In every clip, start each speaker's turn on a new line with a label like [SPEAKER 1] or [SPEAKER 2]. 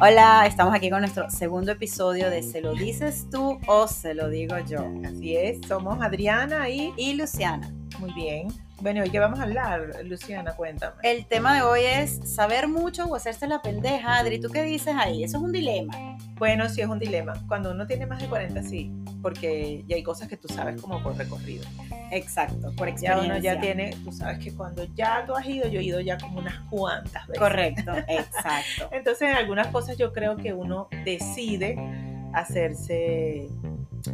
[SPEAKER 1] Hola, estamos aquí con nuestro segundo episodio de Se lo dices tú o se lo digo yo.
[SPEAKER 2] Así es, somos Adriana y...
[SPEAKER 1] Y Luciana,
[SPEAKER 2] Muy bien. Bueno, ¿y qué vamos a hablar, Luciana? Cuéntame.
[SPEAKER 1] el tema de hoy es saber mucho o hacerse la pendeja. Adri, ¿tú qué dices ahí? Eso es un dilema.
[SPEAKER 2] Bueno, sí es un dilema. Cuando uno tiene más de 40, sí, porque ya hay cosas que tú sabes como por recorrido.
[SPEAKER 1] Exacto, por
[SPEAKER 2] Ya
[SPEAKER 1] experiencia.
[SPEAKER 2] uno ya tiene, tú sabes que cuando ya tú has ido, yo he ido ya como unas cuantas veces.
[SPEAKER 1] Correcto, exacto.
[SPEAKER 2] Entonces, en algunas cosas yo creo que uno decide hacerse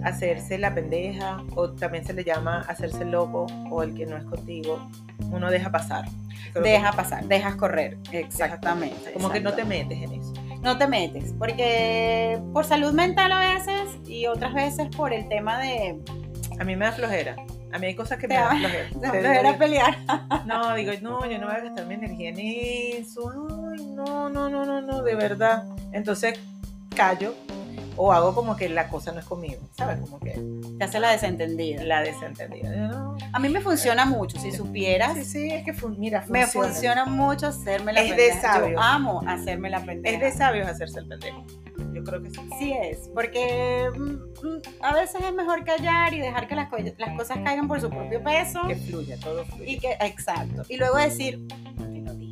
[SPEAKER 2] hacerse la pendeja o también se le llama hacerse el loco o el que no es contigo. Uno deja pasar. Creo que-
[SPEAKER 1] Deja pasar, dejas correr. Exactamente.
[SPEAKER 2] como que no te
[SPEAKER 1] exactamente.
[SPEAKER 2] metes en eso.
[SPEAKER 1] no te metes, porque por salud mental a veces y otras veces por el tema de
[SPEAKER 2] A mí me da flojera. A mí hay cosas que me
[SPEAKER 1] Te da-
[SPEAKER 2] dan flojera.
[SPEAKER 1] de
[SPEAKER 2] Te
[SPEAKER 1] volver a
[SPEAKER 2] digo,
[SPEAKER 1] pelear.
[SPEAKER 2] no, digo, no, yo no voy a gastar mi energía en eso. Ay, no, no, no, no, no, de verdad. Entonces callo o hago como que la cosa no es conmigo, ¿sabes? Como que
[SPEAKER 1] Te hace la desentendida.
[SPEAKER 2] la desentendida. Yo, No,
[SPEAKER 1] A mí me funciona mucho, si supieras,
[SPEAKER 2] sí, sí, es que fun- mira,
[SPEAKER 1] me
[SPEAKER 2] funciona.
[SPEAKER 1] funciona mucho hacerme la
[SPEAKER 2] Es de
[SPEAKER 1] pendeja. Yo
[SPEAKER 2] sabio.
[SPEAKER 1] amo hacerme la pendeja.
[SPEAKER 2] Es de sabios hacerse el pendejo. Yo creo que sí.
[SPEAKER 1] Sí es, porque mm, mm, a veces es mejor callar y dejar que las, co- las cosas caigan por su propio peso.
[SPEAKER 2] Que fluya, todo fluye.
[SPEAKER 1] Y que, exacto. Y luego decir, te lo dije.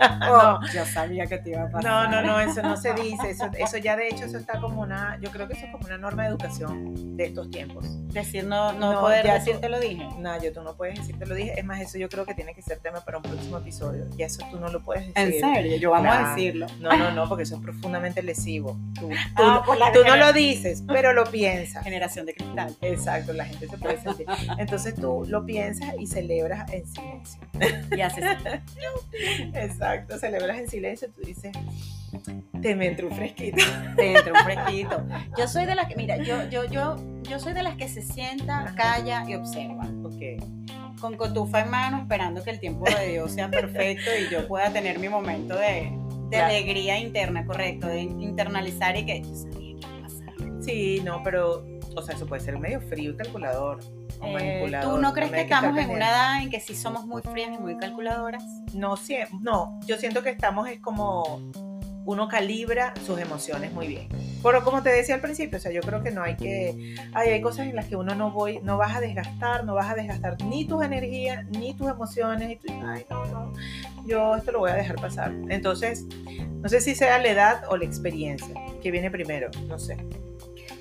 [SPEAKER 2] Ah, No.
[SPEAKER 1] Oh, Yo sabía que te iba a
[SPEAKER 2] No,
[SPEAKER 1] pasar.
[SPEAKER 2] no, no, eso no se dice. Eso, eso ya de hecho, eso está como una, yo creo que eso es como una norma de educación de estos tiempos.
[SPEAKER 1] Decir no, no,
[SPEAKER 2] No,
[SPEAKER 1] poder
[SPEAKER 2] ya
[SPEAKER 1] decir
[SPEAKER 2] tú-
[SPEAKER 1] te lo dije.
[SPEAKER 2] Nada, yo tú no puedes decir, te lo dije. Es más, eso yo creo que tiene que ser tema para un próximo episodio. Y eso tú no lo puedes decir.
[SPEAKER 1] En serio, yo vamos a
[SPEAKER 2] Claro.
[SPEAKER 1] decirlo.
[SPEAKER 2] No, no, no, porque eso es profundamente lesivo. Tú, tú-
[SPEAKER 1] Ah, por la
[SPEAKER 2] tú no
[SPEAKER 1] genera-
[SPEAKER 2] lo dices, pero lo piensas.
[SPEAKER 1] generación de cristal.
[SPEAKER 2] Exacto, la gente se puede sentir. Entonces tú lo piensas y celebras en silencio.
[SPEAKER 1] Y haces
[SPEAKER 2] Exacto, celebras en silencio. Tú dices, te me entró un fresquito.
[SPEAKER 1] te entra un fresquito. Yo soy de las que, mira, yo, yo, yo, yo soy de las que se sienta,
[SPEAKER 2] Ajá.
[SPEAKER 1] calla y observa.
[SPEAKER 2] Ok.
[SPEAKER 1] Con cotufa en mano, esperando que el tiempo de Dios sea perfecto y yo pueda tener mi momento de, de
[SPEAKER 2] Claro.
[SPEAKER 1] alegría interna, correcto, de internalizar y que yo sabía que iba a pasar.
[SPEAKER 2] Sí, no, pero, o sea, eso puede ser medio frío y calculador. O
[SPEAKER 1] Eh,
[SPEAKER 2] manipulador.
[SPEAKER 1] ¿Tú no crees que
[SPEAKER 2] hay estar
[SPEAKER 1] estamos en
[SPEAKER 2] pendiente.
[SPEAKER 1] una edad en que sí somos muy frías y muy calculadoras?
[SPEAKER 2] no siem- no, yo siento que estamos es como uno calibra sus emociones muy bien. Pero como te decía al principio, o sea, yo creo que no hay que, ay, hay cosas en las que uno no voy, no vas a desgastar, no vas a desgastar ni tus energías, ni tus emociones, y tú, ay, no, no, yo esto lo voy a dejar pasar. Entonces, no sé si sea la edad o la experiencia que viene primero, no sé.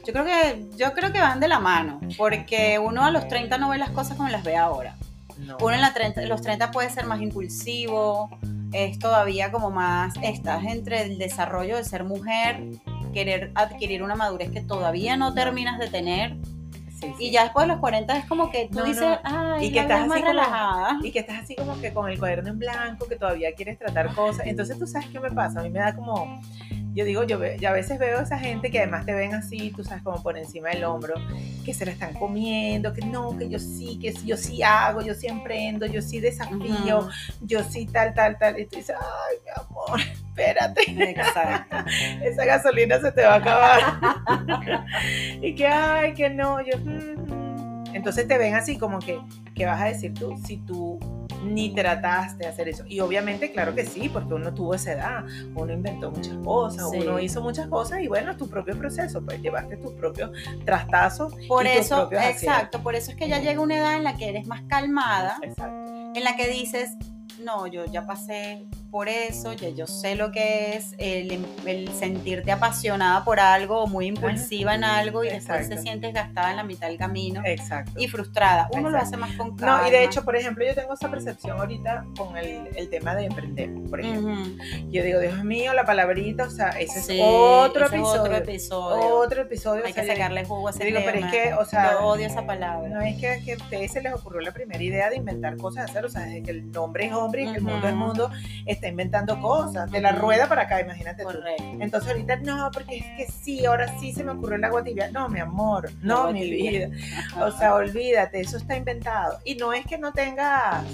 [SPEAKER 1] Yo creo que, yo creo que van de la mano, porque uno a los 30 no ve las cosas como las ve ahora.
[SPEAKER 2] No.
[SPEAKER 1] Uno en la 30 los 30 puede ser más impulsivo, es todavía como más, estás entre el desarrollo de ser mujer, querer adquirir una madurez que todavía no terminas de tener,
[SPEAKER 2] Sí, sí.
[SPEAKER 1] y ya después de los 40 es como que tú
[SPEAKER 2] No, no.
[SPEAKER 1] dices, ay,
[SPEAKER 2] Y que
[SPEAKER 1] la vida
[SPEAKER 2] estás
[SPEAKER 1] es más
[SPEAKER 2] así como-
[SPEAKER 1] relajada.
[SPEAKER 2] y que estás así como que con el cuaderno en blanco, que todavía quieres tratar cosas. Entonces tú sabes qué me pasa, a mí me da como, yo digo, yo, ve- yo a veces veo a esa gente que además te ven así, tú sabes, como por encima del hombro, que se la están comiendo, que no, que yo sí, que sí, yo sí hago, yo sí emprendo, yo sí desafío,
[SPEAKER 1] Ujú,
[SPEAKER 2] yo sí tal, tal, tal. Y tú dices, ay, mi amor, espérate,
[SPEAKER 1] Exacto.
[SPEAKER 2] esa gasolina se te va a acabar. y que, ay, que no, yo... mm, mm. Entonces te ven así como que, ¿qué vas a decir tú si tú ni trataste de hacer eso? Y obviamente, claro que sí, porque uno tuvo esa edad, uno inventó muchas cosas,
[SPEAKER 1] Sí.
[SPEAKER 2] uno hizo muchas cosas y bueno, tu propio proceso, pues llevaste tus propios trastazos.
[SPEAKER 1] Por
[SPEAKER 2] Y tus
[SPEAKER 1] eso,
[SPEAKER 2] propios aciertos.
[SPEAKER 1] exacto, por eso es que ya llega una edad en la que eres más calmada,
[SPEAKER 2] Exacto.
[SPEAKER 1] en la que dices, no, yo ya pasé por eso, ya yo sé lo que es el, em-, el sentirte apasionada por algo o muy impulsiva en algo y después te
[SPEAKER 2] Exacto.
[SPEAKER 1] sientes gastada en la mitad del camino
[SPEAKER 2] Exacto.
[SPEAKER 1] y frustrada. Uno lo
[SPEAKER 2] Exacto.
[SPEAKER 1] hace más con calma.
[SPEAKER 2] No, y de hecho, por ejemplo, yo tengo esa percepción ahorita con el, el tema de emprender,
[SPEAKER 1] Mm.
[SPEAKER 2] por ejemplo.
[SPEAKER 1] Ujú.
[SPEAKER 2] Yo digo, Dios mío, la palabrita, o sea, ese
[SPEAKER 1] Sí,
[SPEAKER 2] es otro
[SPEAKER 1] ese es
[SPEAKER 2] episodio.
[SPEAKER 1] otro
[SPEAKER 2] Otro episodio.
[SPEAKER 1] episodio.
[SPEAKER 2] o
[SPEAKER 1] Hay
[SPEAKER 2] sea,
[SPEAKER 1] que
[SPEAKER 2] yo-
[SPEAKER 1] sacarle jugo a ese
[SPEAKER 2] yo digo, pero
[SPEAKER 1] tema.
[SPEAKER 2] es que, o sea,
[SPEAKER 1] Yo odio esa palabra.
[SPEAKER 2] No es que, que a ustedes se les ocurrió la primera idea de inventar cosas, de hacer, o sea, desde que el hombre es hombre y que el mundo es
[SPEAKER 1] Ujú.
[SPEAKER 2] mundo, está inventando cosas, de la
[SPEAKER 1] Ujú.
[SPEAKER 2] rueda para acá, imagínate tú.
[SPEAKER 1] Correcto.
[SPEAKER 2] Entonces ahorita no, porque es que sí, ahora sí se me ocurrió el agua tibia. No, mi amor, no,
[SPEAKER 1] Agua
[SPEAKER 2] mi
[SPEAKER 1] tibia.
[SPEAKER 2] vida. O sea, olvídate, eso está inventado. Y no es que no tengas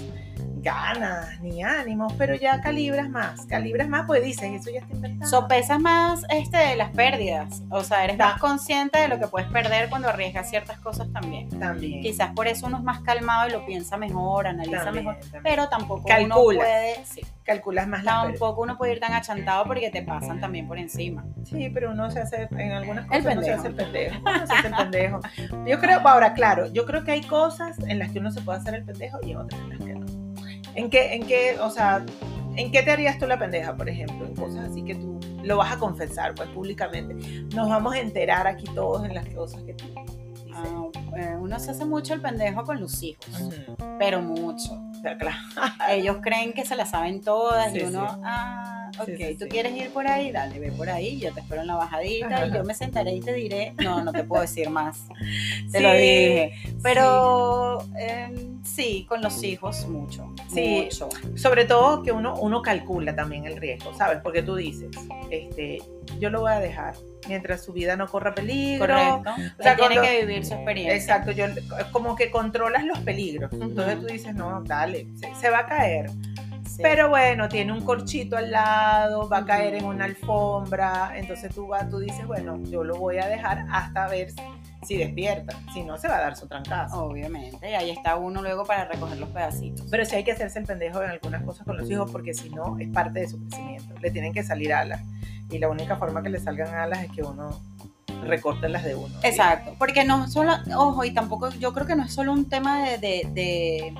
[SPEAKER 2] ganas ni ánimos, pero ya calibras más, calibras más, pues dices, eso ya está inventado.
[SPEAKER 1] Sopesas más este, de las pérdidas, o sea, eres
[SPEAKER 2] Ta-
[SPEAKER 1] más consciente de lo que puedes perder cuando arriesgas ciertas cosas también.
[SPEAKER 2] también.
[SPEAKER 1] Quizás por eso uno es más calmado y lo piensa mejor, analiza
[SPEAKER 2] también,
[SPEAKER 1] mejor,
[SPEAKER 2] también.
[SPEAKER 1] pero tampoco uno
[SPEAKER 2] Calcula.
[SPEAKER 1] puede, sí,
[SPEAKER 2] Calculas más la
[SPEAKER 1] tampoco uno puede ir tan achantado porque te pasan también por encima.
[SPEAKER 2] Sí, pero uno se hace, en algunas
[SPEAKER 1] El
[SPEAKER 2] cosas uno se
[SPEAKER 1] pendejo.
[SPEAKER 2] hace el pendejo. Uno se hace el pendejo. Yo creo, ahora, claro, yo creo que hay cosas en las que uno se puede hacer el pendejo y en otras en las que no. ¿En qué, en qué, o sea, en qué te harías tú la pendeja, por ejemplo? En cosas así que tú lo vas a confesar, pues, públicamente. Nos vamos a enterar aquí todos en las cosas que tú dices.
[SPEAKER 1] Ah, eh, uno se hace mucho el pendejo con los hijos,
[SPEAKER 2] Ujú.
[SPEAKER 1] pero mucho.
[SPEAKER 2] O sea, claro.
[SPEAKER 1] Ellos creen que se las saben todas y
[SPEAKER 2] Ah. Sí,
[SPEAKER 1] uno,
[SPEAKER 2] sí.
[SPEAKER 1] ah, ok,
[SPEAKER 2] Sí, sí,
[SPEAKER 1] tú
[SPEAKER 2] sí.
[SPEAKER 1] quieres ir por ahí, dale, ve por ahí, yo te espero en la bajadita
[SPEAKER 2] Ajá.
[SPEAKER 1] y yo me sentaré y te diré, no, no te puedo decir más, te
[SPEAKER 2] Sí,
[SPEAKER 1] lo dije.
[SPEAKER 2] sí.
[SPEAKER 1] Pero em, sí, con los hijos mucho,
[SPEAKER 2] Sí.
[SPEAKER 1] mucho.
[SPEAKER 2] Sobre todo que uno, uno calcula también el riesgo, ¿sabes? Porque tú dices, este, yo lo voy a dejar mientras su vida no corra peligro.
[SPEAKER 1] Correcto.
[SPEAKER 2] o sea,
[SPEAKER 1] Él tiene
[SPEAKER 2] cuando-
[SPEAKER 1] que vivir su experiencia.
[SPEAKER 2] Exacto, yo como que controlas los peligros. Entonces tú dices, no, dale, se, se va a caer.
[SPEAKER 1] Sí.
[SPEAKER 2] Pero bueno, tiene un corchito al lado, va a caer en
[SPEAKER 1] Ujú.
[SPEAKER 2] una alfombra. Entonces tú vas, tú dices, bueno, yo lo voy a dejar hasta ver si despierta. Si no, se va a dar su trancazo.
[SPEAKER 1] Obviamente, y ahí está uno luego para recoger los pedacitos.
[SPEAKER 2] Pero sí hay que hacerse el pendejo en algunas cosas con los hijos porque si no es parte de su crecimiento. Le tienen que salir alas. Y la única forma que le salgan alas es que uno recorte las de uno. ¿sí?
[SPEAKER 1] Exacto, porque no solo, ojo, y tampoco, yo creo que no es solo un tema de, de, de-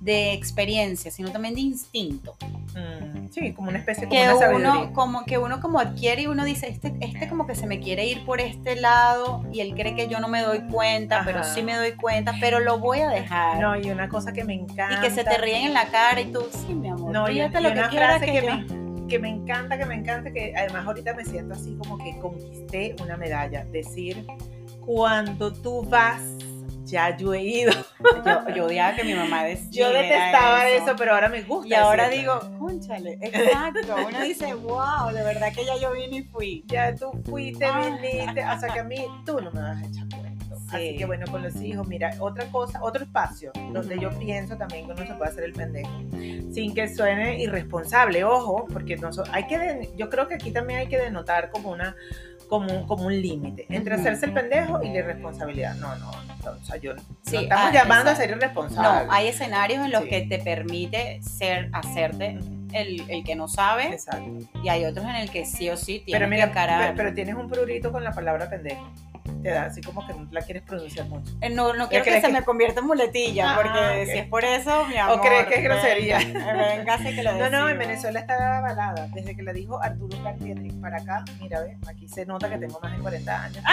[SPEAKER 1] de experiencia, sino también de instinto.
[SPEAKER 2] Mm, sí, como una especie como
[SPEAKER 1] Que
[SPEAKER 2] una
[SPEAKER 1] uno,
[SPEAKER 2] sabiduría.
[SPEAKER 1] como, que uno como adquiere y uno dice, este, este como que se me quiere ir por este lado y él cree que yo no me doy cuenta, pero
[SPEAKER 2] Ajá.
[SPEAKER 1] sí me doy cuenta, pero lo voy a dejar.
[SPEAKER 2] No, y una cosa que me encanta.
[SPEAKER 1] y que se te ríen en la cara y tú, sí, mi amor,
[SPEAKER 2] No, y,
[SPEAKER 1] ríete
[SPEAKER 2] y
[SPEAKER 1] lo
[SPEAKER 2] una
[SPEAKER 1] que quieras
[SPEAKER 2] frase
[SPEAKER 1] que,
[SPEAKER 2] que,
[SPEAKER 1] yo-
[SPEAKER 2] me, que me encanta, que me encanta, que además ahorita me siento así como que conquisté una medalla. Decir, cuando tú vas, ya yo he ido.
[SPEAKER 1] Yo, yo odiaba que mi mamá decía
[SPEAKER 2] Yo detestaba eso. pero ahora me gusta.
[SPEAKER 1] Y ahora
[SPEAKER 2] decirlo.
[SPEAKER 1] digo, cónchale, exacto. Uno dice, wow, de verdad que ya yo vine y fui.
[SPEAKER 2] ya tú fuiste,
[SPEAKER 1] Ah.
[SPEAKER 2] viniste, o sea que a mí tú no me vas a echar cuento. Así
[SPEAKER 1] Sí.
[SPEAKER 2] que bueno, con los hijos, mira, otra cosa, otro espacio donde
[SPEAKER 1] Ujú.
[SPEAKER 2] yo pienso también que uno se puede hacer el pendejo, sin que suene irresponsable, ojo, porque no so- hay que, den- yo creo que aquí también hay que denotar como una, como, un- como un límite entre
[SPEAKER 1] Ujú.
[SPEAKER 2] hacerse el pendejo y la irresponsabilidad. No, no, no, o sea, yo no
[SPEAKER 1] Sí,
[SPEAKER 2] estamos
[SPEAKER 1] ah,
[SPEAKER 2] llamando a
[SPEAKER 1] exacto.
[SPEAKER 2] ser
[SPEAKER 1] No,
[SPEAKER 2] irresponsable.
[SPEAKER 1] hay escenarios en los
[SPEAKER 2] Sí.
[SPEAKER 1] que te permite ser, hacerte el, el que no sabe
[SPEAKER 2] Exacto.
[SPEAKER 1] y hay otros en el que sí o sí tienes
[SPEAKER 2] Pero mira,
[SPEAKER 1] que encarar.
[SPEAKER 2] pero, pero tienes un prurito con la palabra pendejo. Te da así como que no la quieres pronunciar mucho.
[SPEAKER 1] Eh, no, no quiero que
[SPEAKER 2] crees
[SPEAKER 1] se
[SPEAKER 2] que-
[SPEAKER 1] me convierta en muletilla
[SPEAKER 2] Ah,
[SPEAKER 1] porque
[SPEAKER 2] ok.
[SPEAKER 1] si es por eso, mi amor.
[SPEAKER 2] crees que es
[SPEAKER 1] ven-
[SPEAKER 2] grosería.
[SPEAKER 1] Véngase que lo
[SPEAKER 2] No, no, en
[SPEAKER 1] decimos.
[SPEAKER 2] Venezuela está avalada. Desde que la dijo Arturo Cartier para acá, mira, ve, aquí se nota que tengo más de 40 años.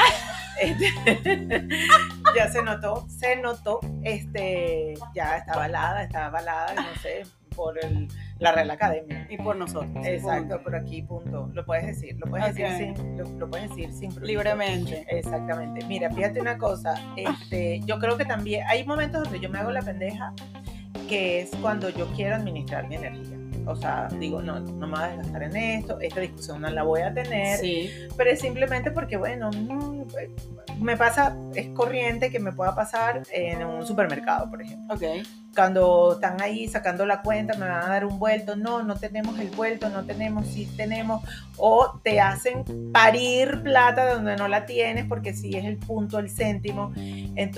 [SPEAKER 2] Este, ya se notó, se notó. Este, ya está avalada, está avalada, no sé, por el- la Real Academia.
[SPEAKER 1] Y por nosotros.
[SPEAKER 2] Exacto, por aquí, punto. Lo puedes decir, lo puedes
[SPEAKER 1] Ok.
[SPEAKER 2] decir sin, lo, lo puedes decir sin prurito.
[SPEAKER 1] Libremente.
[SPEAKER 2] Exactamente. Mira, fíjate una cosa. Este, yo creo que también hay momentos donde yo me hago la pendeja, que es cuando yo quiero administrar mi energía. O sea, digo, no, no me voy a desgastar en esto, esta discusión no la voy a tener,
[SPEAKER 1] Sí,
[SPEAKER 2] pero es simplemente porque, bueno, no, eh, me pasa, es corriente que me pueda pasar en un supermercado, por ejemplo
[SPEAKER 1] ok.
[SPEAKER 2] cuando están ahí sacando la cuenta, me van a dar un vuelto, no, no tenemos el vuelto, no tenemos, sí tenemos, o te hacen parir plata de donde no la tienes porque si es el punto, el céntimo.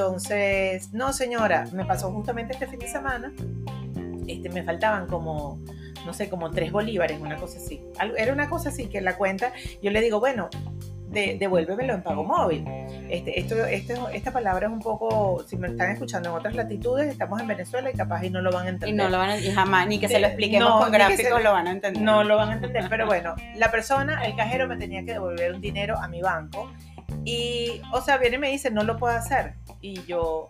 [SPEAKER 2] Entonces, no señora, me pasó justamente este fin de semana, este, me faltaban como, no sé, como tres bolívares, una cosa así. Algo- Era una cosa así que la cuenta, yo le digo, bueno, de, devuélvemelo en pago móvil. Este, esto, este- esta palabra es un poco, si me están escuchando en otras latitudes, estamos en Venezuela y capaz y no lo van a entender.
[SPEAKER 1] Y no lo van a, y jamás, ni que se lo
[SPEAKER 2] Eh,
[SPEAKER 1] expliquemos
[SPEAKER 2] no,
[SPEAKER 1] con
[SPEAKER 2] ni que
[SPEAKER 1] gráficos,
[SPEAKER 2] se-
[SPEAKER 1] lo van a entender.
[SPEAKER 2] No lo van a entender, pero bueno, la persona, el cajero me tenía que devolver un dinero a mi banco y, o sea, viene y me dice, no lo puedo hacer. Y yo,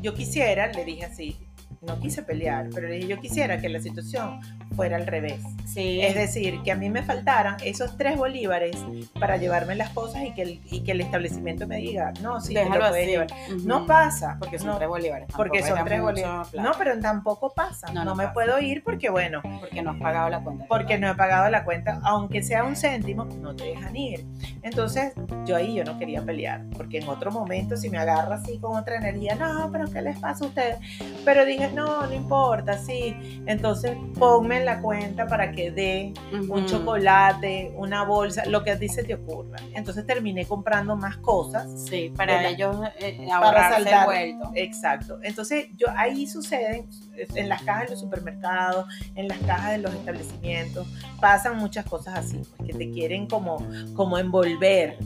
[SPEAKER 2] yo quisiera, le dije así, no quise pelear, pero le dije, yo quisiera que la situación fuera al revés.
[SPEAKER 1] Sí.
[SPEAKER 2] Es decir, que a mí me faltaran esos tres bolívares para llevarme las cosas y que el, y que el establecimiento me diga, no, sí, te lo
[SPEAKER 1] déjalo
[SPEAKER 2] puedes
[SPEAKER 1] así.
[SPEAKER 2] llevar.
[SPEAKER 1] Ujú.
[SPEAKER 2] No pasa.
[SPEAKER 1] Porque son
[SPEAKER 2] no,
[SPEAKER 1] tres bolívares.
[SPEAKER 2] porque
[SPEAKER 1] tampoco
[SPEAKER 2] son
[SPEAKER 1] era
[SPEAKER 2] tres
[SPEAKER 1] mucho
[SPEAKER 2] bolívares.
[SPEAKER 1] plata,
[SPEAKER 2] No, pero tampoco pasa.
[SPEAKER 1] No,
[SPEAKER 2] No,
[SPEAKER 1] no
[SPEAKER 2] me
[SPEAKER 1] pasa.
[SPEAKER 2] puedo ir porque, bueno,
[SPEAKER 1] Porque no has pagado la cuenta.
[SPEAKER 2] porque no he pagado la cuenta, aunque sea un céntimo, no te dejan ir. Entonces, yo ahí yo no quería pelear, porque en otro momento si me agarra así con otra energía, no, pero ¿qué les pasa a ustedes? Pero dije, no, no importa, sí. Entonces, ponme en la cuenta para que dé
[SPEAKER 1] Ujú.
[SPEAKER 2] un chocolate, una bolsa, lo que a ti se te ocurra. Entonces, terminé comprando más cosas
[SPEAKER 1] Sí, para
[SPEAKER 2] de la-
[SPEAKER 1] ellos eh, ahorrarse el
[SPEAKER 2] saldar.
[SPEAKER 1] vuelto.
[SPEAKER 2] Exacto. Entonces, yo ahí suceden eh, en las cajas de los supermercados, en las cajas de los establecimientos, pasan muchas cosas así, pues, que te quieren como, como envolver.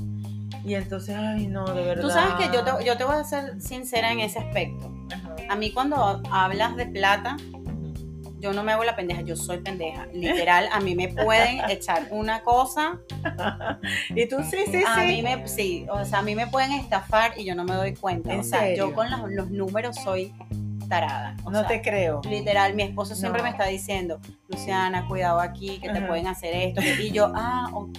[SPEAKER 2] Y entonces, ay, no, de verdad.
[SPEAKER 1] Tú sabes que yo te, yo te voy a ser sincera en ese aspecto.
[SPEAKER 2] Ajá.
[SPEAKER 1] A mí cuando hablas de plata, yo no me hago la pendeja, yo soy pendeja. Literal, a mí me pueden echar una cosa,
[SPEAKER 2] Y tú, sí, sí,
[SPEAKER 1] a mí
[SPEAKER 2] sí.
[SPEAKER 1] me, sí, o sea, a mí me pueden estafar y yo no me doy cuenta.
[SPEAKER 2] ¿En
[SPEAKER 1] O sea,
[SPEAKER 2] serio?
[SPEAKER 1] yo con los, los números soy tarada. O
[SPEAKER 2] No
[SPEAKER 1] sea,
[SPEAKER 2] te creo.
[SPEAKER 1] Literal, mi esposo siempre
[SPEAKER 2] No.
[SPEAKER 1] me está diciendo, Luciana, cuidado aquí, que te
[SPEAKER 2] Ajá.
[SPEAKER 1] pueden hacer esto. Y yo, ah, ok,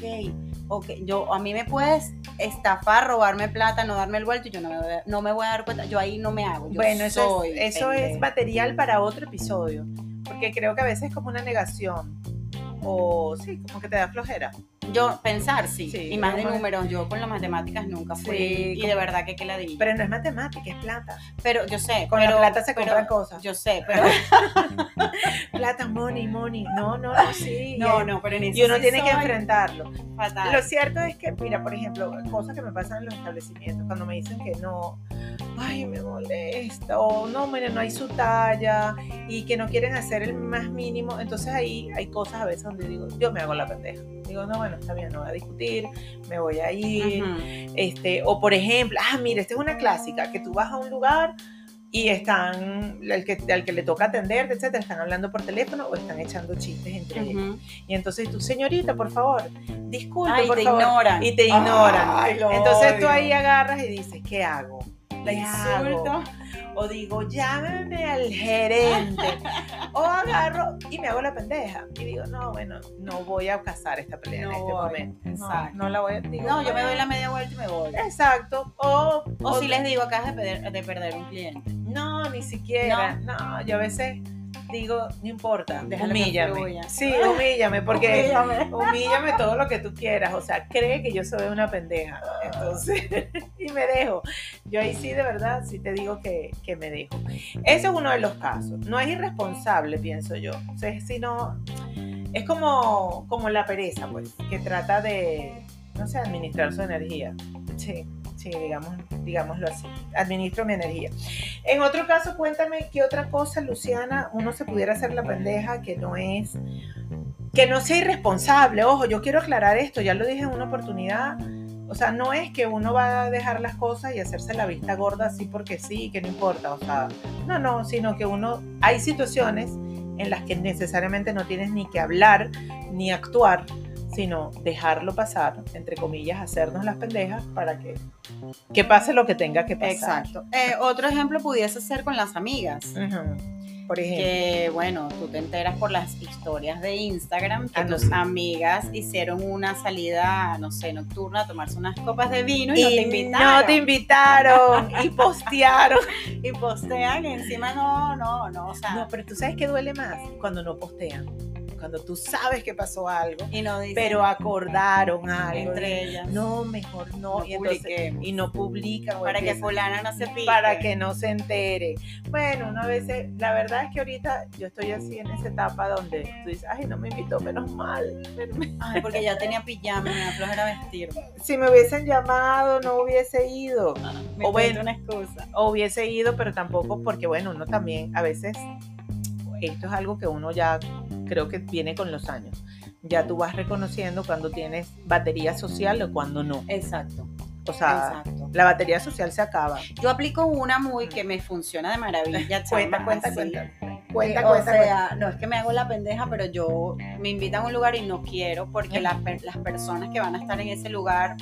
[SPEAKER 1] ok. Yo, a mí me puedes estafar, robarme plata, no darme el vuelto y yo no me, voy a- no me voy a dar cuenta. Yo ahí no me hago. Yo
[SPEAKER 2] Bueno, eso,
[SPEAKER 1] soy
[SPEAKER 2] es, eso
[SPEAKER 1] pendeja.
[SPEAKER 2] es material para otro episodio, porque creo que a veces es como una negación. O sí, como que te da flojera.
[SPEAKER 1] Yo pensar, sí.
[SPEAKER 2] Sí,
[SPEAKER 1] y más de
[SPEAKER 2] vamos a-
[SPEAKER 1] números, yo con las matemáticas nunca fui.
[SPEAKER 2] Sí,
[SPEAKER 1] y
[SPEAKER 2] como-
[SPEAKER 1] de verdad que que la di. Pero,
[SPEAKER 2] Pero no es matemática, es plata.
[SPEAKER 1] yo sé.
[SPEAKER 2] Con
[SPEAKER 1] pero-
[SPEAKER 2] la plata se
[SPEAKER 1] pero-
[SPEAKER 2] compran cosas.
[SPEAKER 1] Yo sé, pero.
[SPEAKER 2] plata, money, money. No, no, no, sí.
[SPEAKER 1] no,
[SPEAKER 2] eh.
[SPEAKER 1] no, pero en eso
[SPEAKER 2] Y uno
[SPEAKER 1] sí
[SPEAKER 2] tiene que
[SPEAKER 1] soy
[SPEAKER 2] enfrentarlo.
[SPEAKER 1] fatal.
[SPEAKER 2] Lo cierto es que, mira, por ejemplo, cosas que me pasan en los establecimientos, cuando me dicen que no, ay, me molesta, o no, mire, no hay su talla, y que no quieren hacer el más mínimo. Entonces ahí hay cosas a veces donde digo, yo me hago la pendeja. Digo, no, bueno, está bien, no voy a discutir, me voy a ir,
[SPEAKER 1] Ujú.
[SPEAKER 2] este, o por ejemplo, ah, mira, esta es una clásica, que tú vas a un lugar y están, al que, al que le toca atender, etcétera, están hablando por teléfono o están echando chistes entre ellos.
[SPEAKER 1] Ujú.
[SPEAKER 2] Y entonces tú, señorita, por favor, disculpe,
[SPEAKER 1] Ay,
[SPEAKER 2] por
[SPEAKER 1] te
[SPEAKER 2] favor.
[SPEAKER 1] ignoran.
[SPEAKER 2] Y te ignoran.
[SPEAKER 1] Ay, lo
[SPEAKER 2] entonces tú
[SPEAKER 1] odio.
[SPEAKER 2] ahí agarras y dices, ¿qué hago?
[SPEAKER 1] La
[SPEAKER 2] ¿Qué
[SPEAKER 1] insulto.
[SPEAKER 2] hago? O digo, llámeme al gerente. o agarro y me hago la pendeja. Y digo, no, bueno, no voy a cazar esta pelea
[SPEAKER 1] No
[SPEAKER 2] en este
[SPEAKER 1] voy,
[SPEAKER 2] momento. No,
[SPEAKER 1] exacto.
[SPEAKER 2] no la voy a. digo,
[SPEAKER 1] No, yo me doy
[SPEAKER 2] bueno,
[SPEAKER 1] la media vuelta y me voy.
[SPEAKER 2] Exacto. O,
[SPEAKER 1] O si les digo, acabas de perder, de perder un cliente.
[SPEAKER 2] No, ni siquiera. No, yo a veces digo, no importa,
[SPEAKER 1] Déjalo que
[SPEAKER 2] humíllame.
[SPEAKER 1] fluya.
[SPEAKER 2] Sí, humíllame, porque.
[SPEAKER 1] Humíllame.
[SPEAKER 2] Humíllame todo lo que tú quieras, o sea, cree que yo soy una pendeja. Entonces, y me dejo. Yo ahí sí, de verdad, sí te digo que, que me dejo. Ese es uno de los casos. No es irresponsable, pienso yo. O sea, sino, es como, como la pereza, pues, que trata de, no sé, administrar su energía. Sí, sí, digamos, digámoslo así. Administro mi energía. En otro caso, cuéntame qué otra cosa, Luciana, uno se pudiera hacer la pendeja que no es que no sea irresponsable. Ojo, yo quiero aclarar esto, ya lo dije en una oportunidad. O sea, no es que uno va a dejar las cosas y hacerse la vista gorda así porque sí, que no importa. O sea, no, no, sino que uno, hay situaciones en las que necesariamente no tienes ni que hablar ni actuar, sino dejarlo pasar, entre comillas, hacernos las pendejas para que, que pase lo que tenga que pasar.
[SPEAKER 1] Exacto. Eh, otro ejemplo pudiese ser con las amigas.
[SPEAKER 2] Ujú. Por ejemplo.
[SPEAKER 1] Que bueno, tú te enteras por las historias de Instagram que
[SPEAKER 2] Ah, no,
[SPEAKER 1] tus
[SPEAKER 2] sí.
[SPEAKER 1] amigas hicieron una salida, no sé, nocturna a tomarse unas copas de vino y, no te
[SPEAKER 2] Y
[SPEAKER 1] invitaron.
[SPEAKER 2] no te invitaron y postearon.
[SPEAKER 1] Y postean y encima no, no, no, o sea,
[SPEAKER 2] No, pero tú sabes que duele más cuando no postean, cuando tú sabes que pasó algo,
[SPEAKER 1] y no dicen
[SPEAKER 2] pero acordaron algo.
[SPEAKER 1] entre ellas.
[SPEAKER 2] No, mejor no.
[SPEAKER 1] No
[SPEAKER 2] y, entonces-
[SPEAKER 1] publiquemos.
[SPEAKER 2] y no publican. o
[SPEAKER 1] para que
[SPEAKER 2] empiezan-
[SPEAKER 1] fulana no se pique.
[SPEAKER 2] para que no se entere. Bueno, uno a veces, la verdad es que ahorita yo estoy así en esa etapa donde tú dices, ay, no me invitó, menos mal. menos mal".
[SPEAKER 1] Ay, porque ya tenía pijama, me da flojera vestirme.
[SPEAKER 2] Si me hubiesen llamado, no hubiese ido.
[SPEAKER 1] Me
[SPEAKER 2] O bueno.
[SPEAKER 1] invento una excusa.
[SPEAKER 2] o hubiese ido, pero tampoco porque, bueno, uno también a veces, esto es algo que uno ya creo que viene con los años. Ya tú vas reconociendo cuando tienes batería social o cuando no.
[SPEAKER 1] Exacto,
[SPEAKER 2] O sea,
[SPEAKER 1] exacto.
[SPEAKER 2] la batería social se acaba.
[SPEAKER 1] Yo aplico una muy que me funciona de maravilla.
[SPEAKER 2] Cuenta,
[SPEAKER 1] chama,
[SPEAKER 2] cuenta,
[SPEAKER 1] así.
[SPEAKER 2] cuenta.
[SPEAKER 1] Que,
[SPEAKER 2] Cuenta,
[SPEAKER 1] o
[SPEAKER 2] cuenta, cuenta.
[SPEAKER 1] sea, no es que me hago la pendeja, pero yo me invitan a un lugar y no quiero porque las, per- las personas que van a estar en ese lugar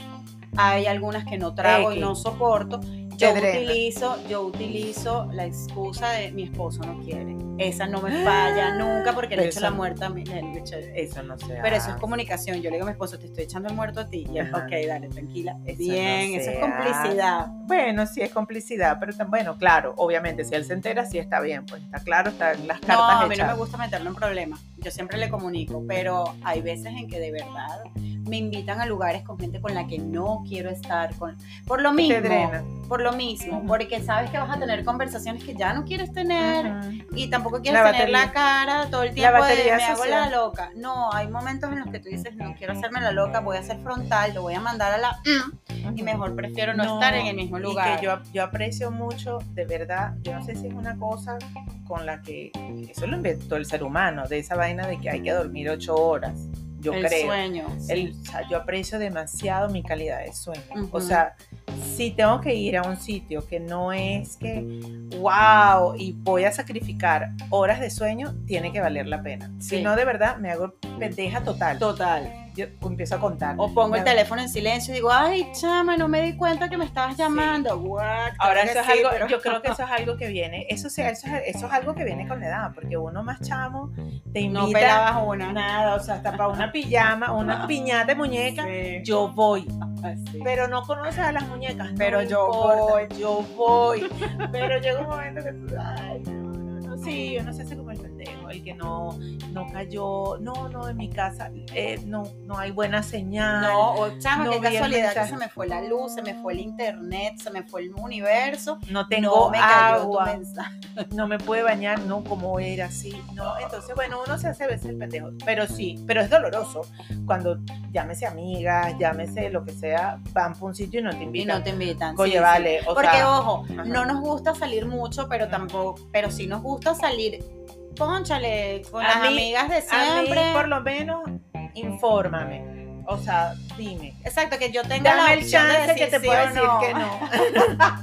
[SPEAKER 1] hay algunas que no trago y
[SPEAKER 2] X.
[SPEAKER 1] no soporto Yo
[SPEAKER 2] Te drena.
[SPEAKER 1] utilizo, yo utilizo la excusa de mi esposo no quiere. Esa no me falla nunca porque le
[SPEAKER 2] Pero
[SPEAKER 1] echo la
[SPEAKER 2] eso-
[SPEAKER 1] muerta a mi- le- le echo-
[SPEAKER 2] Eso no se
[SPEAKER 1] Pero eso es
[SPEAKER 2] hace.
[SPEAKER 1] comunicación. Yo le digo a mi esposo, te estoy echando el muerto a ti. Y él,
[SPEAKER 2] Ajá.
[SPEAKER 1] ok, dale, tranquila.
[SPEAKER 2] Eso
[SPEAKER 1] Bien,
[SPEAKER 2] no
[SPEAKER 1] eso es
[SPEAKER 2] se
[SPEAKER 1] complicidad.
[SPEAKER 2] Bueno, sí es complicidad, pero tan- bueno, claro, obviamente, si él se entera, sí está bien, pues está claro, están las
[SPEAKER 1] No,
[SPEAKER 2] cartas
[SPEAKER 1] a mí no me
[SPEAKER 2] hechas.
[SPEAKER 1] gusta meterlo en problemas. Yo siempre le comunico, pero hay veces en que de verdad me invitan a lugares con gente con la que no quiero estar. Con... Por lo
[SPEAKER 2] Te
[SPEAKER 1] mismo,
[SPEAKER 2] drena.
[SPEAKER 1] por lo mismo,
[SPEAKER 2] Ujú.
[SPEAKER 1] porque sabes que vas a tener conversaciones que ya no quieres tener
[SPEAKER 2] Ujú.
[SPEAKER 1] y tampoco quieres
[SPEAKER 2] La
[SPEAKER 1] tener la
[SPEAKER 2] batería.
[SPEAKER 1] cara todo el tiempo de me
[SPEAKER 2] batería
[SPEAKER 1] hago
[SPEAKER 2] social.
[SPEAKER 1] la loca. No, hay momentos en los que tú dices, no quiero hacerme la loca, voy a ser frontal, lo voy a mandar a la... mm", y mejor prefiero no, estar en el mismo
[SPEAKER 2] y
[SPEAKER 1] lugar.
[SPEAKER 2] que yo, yo aprecio mucho, de verdad, yo no sé si es una cosa con la que eso lo inventó el ser humano, de esa vaina de que hay que dormir ocho horas, yo
[SPEAKER 1] el
[SPEAKER 2] creo.
[SPEAKER 1] sueño.
[SPEAKER 2] El-
[SPEAKER 1] sí.
[SPEAKER 2] o sea, yo aprecio demasiado mi calidad de sueño.
[SPEAKER 1] Ujú.
[SPEAKER 2] O sea, si tengo que ir a un sitio que no es que, wow, y voy a sacrificar horas de sueño, tiene que valer la pena.
[SPEAKER 1] Sí.
[SPEAKER 2] Si no, de verdad, me hago pendeja total.
[SPEAKER 1] Total.
[SPEAKER 2] Yo empiezo a contar.
[SPEAKER 1] O pongo el
[SPEAKER 2] Me-
[SPEAKER 1] teléfono en silencio y digo, ay, chama, no me di cuenta que me estabas llamando. What? Claro
[SPEAKER 2] Ahora eso
[SPEAKER 1] que
[SPEAKER 2] es
[SPEAKER 1] sí,
[SPEAKER 2] algo,
[SPEAKER 1] pero-
[SPEAKER 2] yo creo que eso es algo que viene, eso, se- eso, es, eso es algo que viene con la edad, porque uno más chamo te invita
[SPEAKER 1] no pelabas una.
[SPEAKER 2] nada, o sea, hasta para una pijama, una piñata de muñeca,
[SPEAKER 1] Sí.
[SPEAKER 2] yo voy.
[SPEAKER 1] Así.
[SPEAKER 2] pero no conoces a las muñecas. no
[SPEAKER 1] Pero yo
[SPEAKER 2] importa, yo voy. Pero llega un momento que tú, ay, no, no, no, sí, yo no sé hace como el pendejo, el que no, no cayó, no, no, en mi casa eh, no, no hay buena señal.
[SPEAKER 1] No, o chama,
[SPEAKER 2] No
[SPEAKER 1] qué
[SPEAKER 2] vi el
[SPEAKER 1] casualidad que
[SPEAKER 2] mensaje.
[SPEAKER 1] se me fue la luz, se me fue el internet, se me fue el universo.
[SPEAKER 2] no
[SPEAKER 1] no
[SPEAKER 2] tengo
[SPEAKER 1] me cayó tu
[SPEAKER 2] agua,
[SPEAKER 1] mensaje.
[SPEAKER 2] no me puede bañar, no, como era así, no. Entonces, bueno, uno se hace a veces el pendejo, pero sí, pero es doloroso cuando llámese amigas, llámese lo que sea, van para un sitio y no te
[SPEAKER 1] Y
[SPEAKER 2] invitan.
[SPEAKER 1] no te invitan.
[SPEAKER 2] Oye,
[SPEAKER 1] sí, sí.
[SPEAKER 2] vale, o
[SPEAKER 1] Porque,
[SPEAKER 2] sea,
[SPEAKER 1] ojo,
[SPEAKER 2] ajá.
[SPEAKER 1] no nos gusta salir mucho, pero tampoco, pero sí nos gusta salir, pónchale, con
[SPEAKER 2] A
[SPEAKER 1] las
[SPEAKER 2] mí-
[SPEAKER 1] amigas de
[SPEAKER 2] A mí,
[SPEAKER 1] siempre.
[SPEAKER 2] por lo menos, infórmame. O sea, dime.
[SPEAKER 1] Exacto, que yo tenga
[SPEAKER 2] Dame
[SPEAKER 1] la
[SPEAKER 2] el
[SPEAKER 1] opción
[SPEAKER 2] chance
[SPEAKER 1] de
[SPEAKER 2] que
[SPEAKER 1] decir
[SPEAKER 2] te
[SPEAKER 1] sí
[SPEAKER 2] puedo
[SPEAKER 1] o
[SPEAKER 2] decir que no.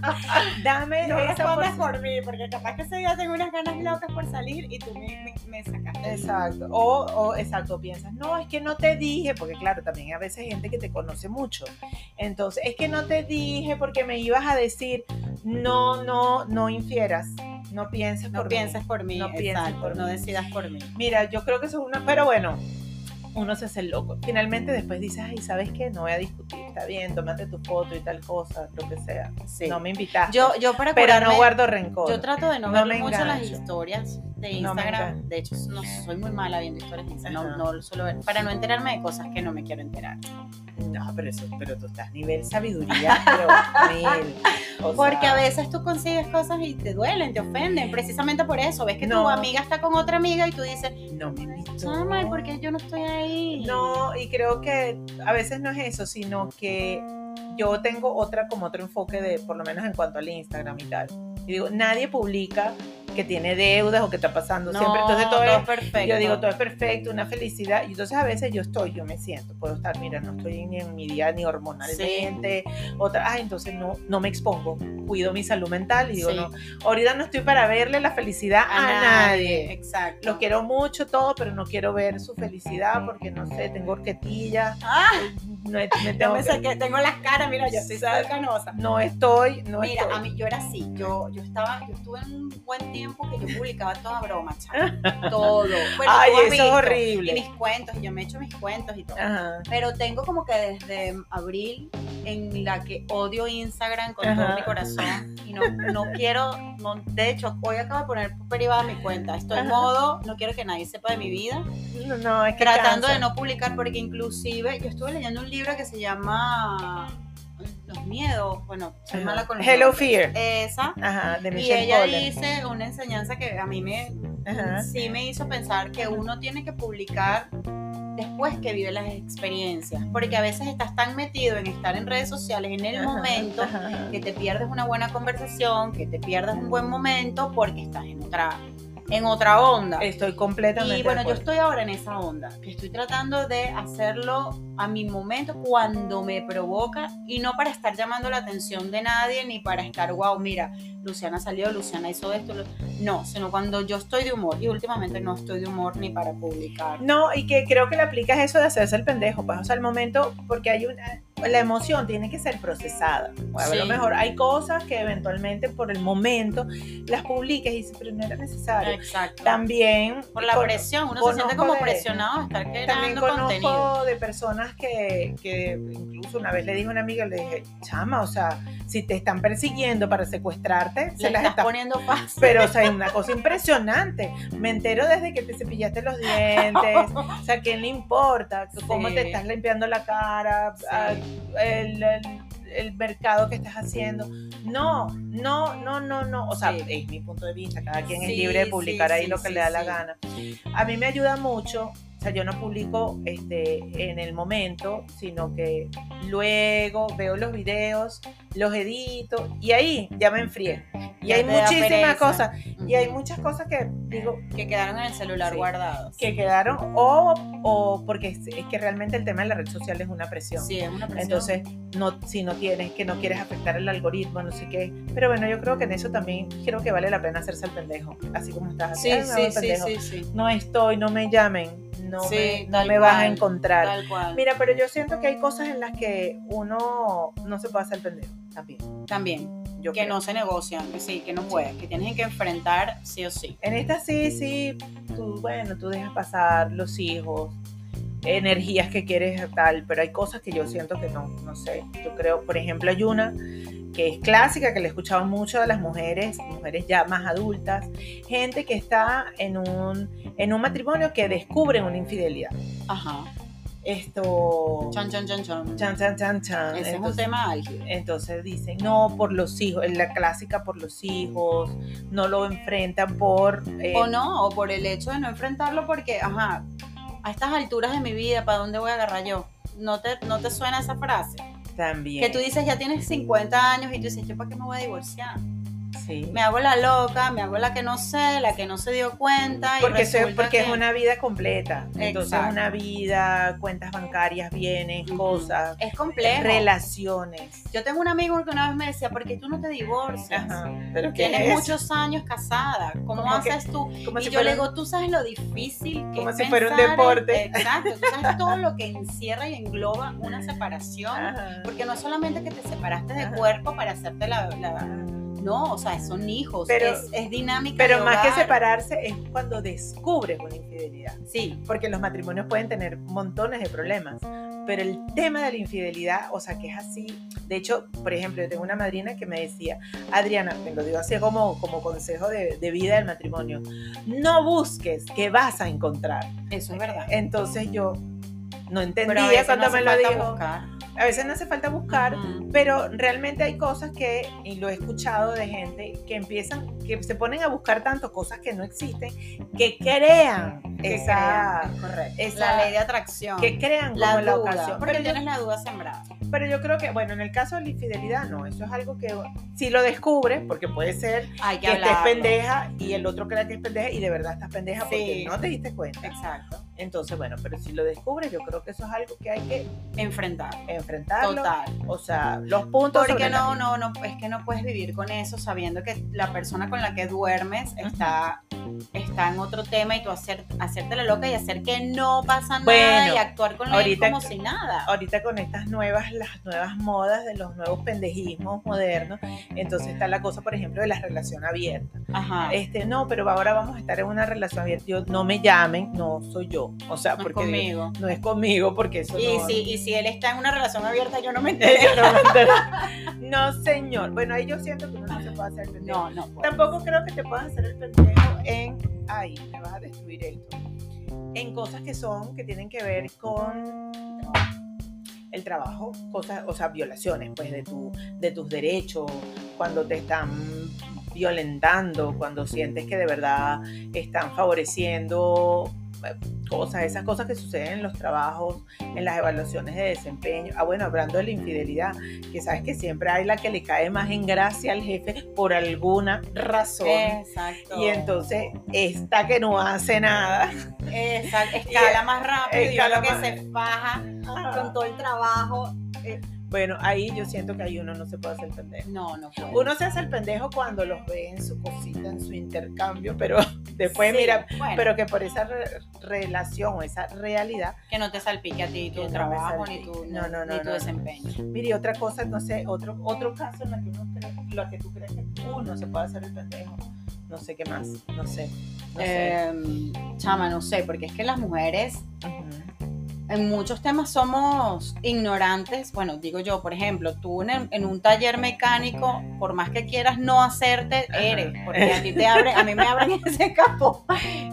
[SPEAKER 2] Dame
[SPEAKER 1] No
[SPEAKER 2] esa
[SPEAKER 1] respondas
[SPEAKER 2] oportunidad.
[SPEAKER 1] por mí, porque capaz que ese día tengo unas ganas locas por salir y tú me, me, me sacaste.
[SPEAKER 2] Exacto. O, o, exacto, piensas, no, es que no te dije, porque claro, también a veces hay gente que te conoce mucho. Entonces, es que no te dije porque me ibas a decir, no, no, no infieras, no pienses
[SPEAKER 1] No
[SPEAKER 2] por mí".
[SPEAKER 1] pienses por mí,
[SPEAKER 2] No
[SPEAKER 1] exacto,
[SPEAKER 2] pienses por
[SPEAKER 1] no
[SPEAKER 2] mí.
[SPEAKER 1] decidas por mí.
[SPEAKER 2] Mira, yo creo que eso es una, pero bueno, uno se hace el loco. Finalmente después dices, ay, ¿sabes qué? No voy a discutir, está bien, tómate tu foto y tal cosa, lo que sea.
[SPEAKER 1] Sí.
[SPEAKER 2] No me invitaste.
[SPEAKER 1] yo, yo para
[SPEAKER 2] pero no
[SPEAKER 1] curarme,
[SPEAKER 2] guardo rencor.
[SPEAKER 1] yo trato de no,
[SPEAKER 2] No
[SPEAKER 1] ver
[SPEAKER 2] me
[SPEAKER 1] mucho las
[SPEAKER 2] engancho.
[SPEAKER 1] historias de
[SPEAKER 2] No me
[SPEAKER 1] Instagram.
[SPEAKER 2] engancho.
[SPEAKER 1] de hecho, no soy muy mala viendo historias de Instagram,
[SPEAKER 2] Ajá.
[SPEAKER 1] no, no lo suelo ver, para no enterarme de cosas que no me quiero enterar.
[SPEAKER 2] No, pero eso, pero tú estás nivel sabiduría, pero mil. O
[SPEAKER 1] Porque
[SPEAKER 2] sea,
[SPEAKER 1] a veces tú consigues cosas y te duelen, te ofenden, precisamente por eso. Ves que tu
[SPEAKER 2] No.
[SPEAKER 1] amiga está con otra amiga y tú dices,
[SPEAKER 2] no me invitó.
[SPEAKER 1] chama, ¿y por qué yo no estoy ahí?
[SPEAKER 2] No, y creo que a veces no es eso, sino que yo tengo otra como otro enfoque de, por lo menos en cuanto al Instagram y tal. Y digo, nadie publica que tiene deudas o que está pasando siempre. Entonces todo es,
[SPEAKER 1] perfecto.
[SPEAKER 2] yo digo, todo es perfecto, una felicidad. Y entonces a veces yo estoy, yo me siento, puedo estar, mira, no estoy ni en mi día ni hormonalmente, otra, ah, entonces no, no me expongo, cuido mi salud mental y digo,
[SPEAKER 1] Sí.
[SPEAKER 2] no, ahorita no estoy para verle la felicidad a, nadie.
[SPEAKER 1] Exacto.
[SPEAKER 2] Los quiero mucho todo, pero no quiero ver su felicidad porque no sé, tengo horquetillas,
[SPEAKER 1] Ah,
[SPEAKER 2] no, me
[SPEAKER 1] yo
[SPEAKER 2] tengo
[SPEAKER 1] me
[SPEAKER 2] que-
[SPEAKER 1] saqué, tengo las caras, mira, yo soy
[SPEAKER 2] Exacto.
[SPEAKER 1] canosa.
[SPEAKER 2] no estoy, no
[SPEAKER 1] Mira,
[SPEAKER 2] estoy.
[SPEAKER 1] a mí yo era así, yo, yo estaba, yo estuve en un buen tiempo que yo publicaba toda broma, chama, todo. Bueno,
[SPEAKER 2] Ay,
[SPEAKER 1] tú has
[SPEAKER 2] eso es
[SPEAKER 1] visto, Y
[SPEAKER 2] horrible. Ah.
[SPEAKER 1] mis cuentos, y yo me echo mis cuentos y todo.
[SPEAKER 2] Ajá.
[SPEAKER 1] Pero tengo como que desde abril en la que odio Instagram con todo
[SPEAKER 2] Ajá.
[SPEAKER 1] mi corazón y no, no quiero, no- de hecho, hoy acabo de poner privada mi cuenta. Estoy en
[SPEAKER 2] Ajá.
[SPEAKER 1] modo, no quiero que nadie sepa de mi vida.
[SPEAKER 2] No, no, es que
[SPEAKER 1] tratando
[SPEAKER 2] cansa.
[SPEAKER 1] de no publicar porque inclusive yo estuve leyendo un libro que se llama Los miedos, bueno, soy
[SPEAKER 2] Ajá.
[SPEAKER 1] mala con los
[SPEAKER 2] Hello
[SPEAKER 1] nombres.
[SPEAKER 2] Fear.
[SPEAKER 1] Esa.
[SPEAKER 2] Ajá, de
[SPEAKER 1] Y
[SPEAKER 2] Michelle
[SPEAKER 1] ella
[SPEAKER 2] Pollan.
[SPEAKER 1] dice una enseñanza que a mí me
[SPEAKER 2] Ajá.
[SPEAKER 1] sí me hizo pensar que uno tiene que publicar después que vive las experiencias, porque a veces estás tan metido en estar en redes sociales en el
[SPEAKER 2] Ajá,
[SPEAKER 1] momento
[SPEAKER 2] ajá.
[SPEAKER 1] que te pierdes una buena conversación, que te pierdes un buen momento porque estás en otra en otra onda.
[SPEAKER 2] Estoy completamente.
[SPEAKER 1] Y bueno,
[SPEAKER 2] de
[SPEAKER 1] yo
[SPEAKER 2] acuerdo.
[SPEAKER 1] estoy ahora en esa onda, que estoy tratando de hacerlo a mi momento cuando me provoca y no para estar llamando la atención de nadie ni para estar, wow, mira, Luciana salió, Luciana hizo esto. lo-". No, sino cuando yo estoy de humor y últimamente no estoy de humor ni para publicar.
[SPEAKER 2] No, y que creo que le aplicas eso de hacerse el pendejo, pues, o sea, el momento, porque hay una, la emoción tiene que ser procesada. A
[SPEAKER 1] Sí.
[SPEAKER 2] lo mejor hay cosas que eventualmente por el momento las publiques y dices, pero no era necesario.
[SPEAKER 1] Exacto.
[SPEAKER 2] También
[SPEAKER 1] por la
[SPEAKER 2] con-
[SPEAKER 1] presión, uno se siente
[SPEAKER 2] conozco
[SPEAKER 1] como
[SPEAKER 2] de-
[SPEAKER 1] presionado de estar
[SPEAKER 2] También
[SPEAKER 1] creando
[SPEAKER 2] conozco
[SPEAKER 1] contenido.
[SPEAKER 2] de personas que, que incluso una vez le dije a una amiga, le dije, chama, o sea, si te están persiguiendo para secuestrarte,
[SPEAKER 1] Le
[SPEAKER 2] se las
[SPEAKER 1] estás
[SPEAKER 2] estás
[SPEAKER 1] poniendo fácil.
[SPEAKER 2] Pero, o sea, es una cosa impresionante. Me entero desde que te cepillaste los dientes. O sea, ¿quién le importa? ¿Cómo
[SPEAKER 1] Sí.
[SPEAKER 2] te estás limpiando la cara?
[SPEAKER 1] Sí.
[SPEAKER 2] Ah, El, el- el mercado que estás haciendo. No, no, no, no, no. O sea,
[SPEAKER 1] Sí.
[SPEAKER 2] es mi punto de vista. Cada quien
[SPEAKER 1] Sí,
[SPEAKER 2] es libre de
[SPEAKER 1] sí,
[SPEAKER 2] publicar ahí
[SPEAKER 1] sí,
[SPEAKER 2] lo que
[SPEAKER 1] sí,
[SPEAKER 2] le da la
[SPEAKER 1] sí.
[SPEAKER 2] gana. A mí me ayuda mucho. O sea, yo no publico este, en el momento, sino que luego veo los videos, los edito y ahí ya me enfrié. Y
[SPEAKER 1] Ya
[SPEAKER 2] hay
[SPEAKER 1] te da
[SPEAKER 2] muchísimas
[SPEAKER 1] pereza.
[SPEAKER 2] cosas.
[SPEAKER 1] Ujú.
[SPEAKER 2] Y hay muchas cosas que digo
[SPEAKER 1] que quedaron en el celular
[SPEAKER 2] Sí.
[SPEAKER 1] guardadas.
[SPEAKER 2] que quedaron o, o porque es, es que realmente el tema de la red social es una presión.
[SPEAKER 1] Sí, es una presión.
[SPEAKER 2] Entonces, no, si no tienes, que no quieres afectar el algoritmo, no sé qué. Pero bueno, yo creo que en eso también creo que vale la pena hacerse el pendejo. Así como estás
[SPEAKER 1] sí,
[SPEAKER 2] haciendo
[SPEAKER 1] sí, sí, sí, sí,
[SPEAKER 2] No estoy, no me llamen, no
[SPEAKER 1] Sí,
[SPEAKER 2] me, no
[SPEAKER 1] tal
[SPEAKER 2] me vas a
[SPEAKER 1] cual,
[SPEAKER 2] encontrar.
[SPEAKER 1] Tal cual.
[SPEAKER 2] Mira, pero yo siento que hay cosas en las que uno no se puede hacer el pendejo también.
[SPEAKER 1] También,
[SPEAKER 2] Yo
[SPEAKER 1] que
[SPEAKER 2] creo.
[SPEAKER 1] no se negocian, que sí, que no puedes, que tienes que enfrentar sí o sí.
[SPEAKER 2] En esta sí, sí, tú, bueno, tú dejas pasar los hijos, energías que quieres tal, pero hay cosas que yo siento que no, no sé. Yo creo, por ejemplo, hay una que es clásica, que le he escuchado mucho de las mujeres, mujeres ya más adultas, gente que está en un, en un matrimonio que descubren una infidelidad.
[SPEAKER 1] Ajá.
[SPEAKER 2] Esto...
[SPEAKER 1] Chan, chan, chan, chan.
[SPEAKER 2] Chan, chan, chan, chan.
[SPEAKER 1] Ese es un
[SPEAKER 2] Entonces-
[SPEAKER 1] tema álgido.
[SPEAKER 2] entonces dicen, no, por los hijos, es la clásica por los hijos, no lo enfrentan por... eh,
[SPEAKER 1] O no, o por el hecho de no enfrentarlo porque, ajá, a estas alturas de mi vida, ¿para dónde voy a agarrar yo? ¿No te, no te suena esa frase?
[SPEAKER 2] también.
[SPEAKER 1] Que tú dices, ya tienes 50 años y tú dices, ¿yo para qué me voy a divorciar?
[SPEAKER 2] Sí.
[SPEAKER 1] Me hago la loca, me hago la que no sé, la que no se dio cuenta. y
[SPEAKER 2] Porque, eso es-
[SPEAKER 1] resulta
[SPEAKER 2] porque es
[SPEAKER 1] que-
[SPEAKER 2] una vida completa. Entonces,
[SPEAKER 1] Exacto.
[SPEAKER 2] una vida, cuentas bancarias, bienes,
[SPEAKER 1] Ujú.
[SPEAKER 2] cosas,
[SPEAKER 1] Es complejo.
[SPEAKER 2] relaciones.
[SPEAKER 1] Yo tengo un amigo que una vez me decía, ¿por qué tú no te divorcias?
[SPEAKER 2] Pero que
[SPEAKER 1] Tienes
[SPEAKER 2] es
[SPEAKER 1] muchos años casada, ¿cómo,
[SPEAKER 2] Como que-
[SPEAKER 1] haces tú?
[SPEAKER 2] como
[SPEAKER 1] y
[SPEAKER 2] si
[SPEAKER 1] yo
[SPEAKER 2] fuera-
[SPEAKER 1] le digo, tú sabes lo difícil que
[SPEAKER 2] Como
[SPEAKER 1] es
[SPEAKER 2] si fuera un
[SPEAKER 1] pensar en-
[SPEAKER 2] deporte.
[SPEAKER 1] Exacto, tú sabes todo lo que encierra y engloba una separación.
[SPEAKER 2] Ajá.
[SPEAKER 1] Porque no es solamente que te separaste de
[SPEAKER 2] Ajá.
[SPEAKER 1] cuerpo para hacerte la, la- No, o sea, son hijos,
[SPEAKER 2] Pero-
[SPEAKER 1] es, es dinámica.
[SPEAKER 2] Pero
[SPEAKER 1] de
[SPEAKER 2] más que
[SPEAKER 1] hogar.
[SPEAKER 2] separarse es cuando descubres una infidelidad.
[SPEAKER 1] Sí,
[SPEAKER 2] Porque los matrimonios pueden tener montones de problemas. Pero el tema de la infidelidad, o sea, que es así. De hecho, por ejemplo, yo tengo una madrina que me decía, Adriana, te lo digo así como, como consejo de, de vida del matrimonio, no busques que vas a encontrar.
[SPEAKER 1] eso es verdad.
[SPEAKER 2] Entonces yo no
[SPEAKER 1] Pero a
[SPEAKER 2] entendía
[SPEAKER 1] veces
[SPEAKER 2] cuando
[SPEAKER 1] no
[SPEAKER 2] me
[SPEAKER 1] hace
[SPEAKER 2] lo
[SPEAKER 1] falta
[SPEAKER 2] dijo.
[SPEAKER 1] buscar.
[SPEAKER 2] A veces no hace falta buscar,
[SPEAKER 1] Ujú.
[SPEAKER 2] pero realmente hay cosas que, y lo he escuchado de gente, que empiezan, que se ponen a buscar tanto cosas que no existen, que crean
[SPEAKER 1] Que
[SPEAKER 2] esa...
[SPEAKER 1] crean, es correcto.
[SPEAKER 2] esa-
[SPEAKER 1] la ley de atracción.
[SPEAKER 2] Que crean
[SPEAKER 1] la
[SPEAKER 2] como la
[SPEAKER 1] duda,
[SPEAKER 2] ocasión.
[SPEAKER 1] porque
[SPEAKER 2] Pero yo,
[SPEAKER 1] tienes la duda sembrada.
[SPEAKER 2] pero yo creo que, bueno, en el caso de la infidelidad, no, eso es algo que si lo descubres, porque puede ser
[SPEAKER 1] Hay que,
[SPEAKER 2] que estés
[SPEAKER 1] hablarlo.
[SPEAKER 2] pendeja y el otro crea que es pendeja y de verdad estás pendeja
[SPEAKER 1] Sí.
[SPEAKER 2] porque no te diste cuenta.
[SPEAKER 1] Exacto.
[SPEAKER 2] Entonces, bueno, pero si lo descubres, yo creo que eso es algo que hay que
[SPEAKER 1] Enfrentar.
[SPEAKER 2] enfrentarlo.
[SPEAKER 1] Total.
[SPEAKER 2] O sea, los puntos. sobre
[SPEAKER 1] Porque
[SPEAKER 2] la-
[SPEAKER 1] no, no, no, es que no puedes vivir con eso sabiendo que la persona con la que duermes está, está en otro tema y tú hacer, hacerte la loca y hacer que no pasa nada
[SPEAKER 2] Bueno,
[SPEAKER 1] y actuar con él
[SPEAKER 2] ahorita-
[SPEAKER 1] como si nada.
[SPEAKER 2] Ahorita con estas nuevas, las nuevas modas de los nuevos pendejismos modernos, entonces está la cosa, por ejemplo, de la relación abierta.
[SPEAKER 1] Ajá.
[SPEAKER 2] Este, no, pero ahora vamos a estar en una relación abierta. Yo, no me llamen, no soy yo. O sea,
[SPEAKER 1] no es
[SPEAKER 2] porque
[SPEAKER 1] conmigo.
[SPEAKER 2] no es conmigo, porque eso
[SPEAKER 1] Y,
[SPEAKER 2] no.
[SPEAKER 1] si, y si él está en una relación abierta, yo no me entero.
[SPEAKER 2] no, no, señor. Bueno, ahí yo siento que uno no se puede hacer el pendejo.
[SPEAKER 1] No, no. puedo.
[SPEAKER 2] Tampoco creo que te puedas hacer el pendejo en, ay, me vas a destruir esto. En cosas que son, que tienen que ver con el trabajo, cosas, o sea, violaciones, pues, de, tu, de tus derechos, cuando te están violentando, cuando sientes que de verdad están favoreciendo eh, cosas, esas cosas que suceden en los trabajos, en las evaluaciones de desempeño. Ah, bueno, hablando de la infidelidad, que sabes que siempre hay la que le cae más en gracia al jefe por alguna razón.
[SPEAKER 1] Exacto.
[SPEAKER 2] Y entonces esta que no hace nada.
[SPEAKER 1] Exacto. Escala más rápido. y
[SPEAKER 2] Escala
[SPEAKER 1] uno que
[SPEAKER 2] más-
[SPEAKER 1] se faja con todo el trabajo.
[SPEAKER 2] Bueno, ahí yo siento que ahí uno no se puede hacer el pendejo.
[SPEAKER 1] No, no puedo.
[SPEAKER 2] Uno se hace el pendejo cuando los ve en su cosita, en su intercambio, pero después
[SPEAKER 1] Sí,
[SPEAKER 2] mira,
[SPEAKER 1] bueno,
[SPEAKER 2] pero que por esa re- relación o esa realidad,
[SPEAKER 1] que no te salpique a ti
[SPEAKER 2] Que
[SPEAKER 1] tu
[SPEAKER 2] no me
[SPEAKER 1] trabajo ni
[SPEAKER 2] salpique.
[SPEAKER 1] tu,
[SPEAKER 2] No, no, no,
[SPEAKER 1] ni tu
[SPEAKER 2] no.
[SPEAKER 1] desempeño.
[SPEAKER 2] mire, otra cosa, no sé, otro, otro caso en el que uno cree, lo que tú crees que uno se puede hacer el pendejo, no sé qué más, no sé, no sé.
[SPEAKER 1] Em, chama, no sé, porque es que las mujeres
[SPEAKER 2] Ujú.
[SPEAKER 1] en muchos temas somos ignorantes. Bueno, digo yo, por ejemplo, tú en, el- en un taller mecánico, por más que quieras no hacerte,
[SPEAKER 2] Ajá.
[SPEAKER 1] eres. Porque a ti te abren, a mí me abren ese capó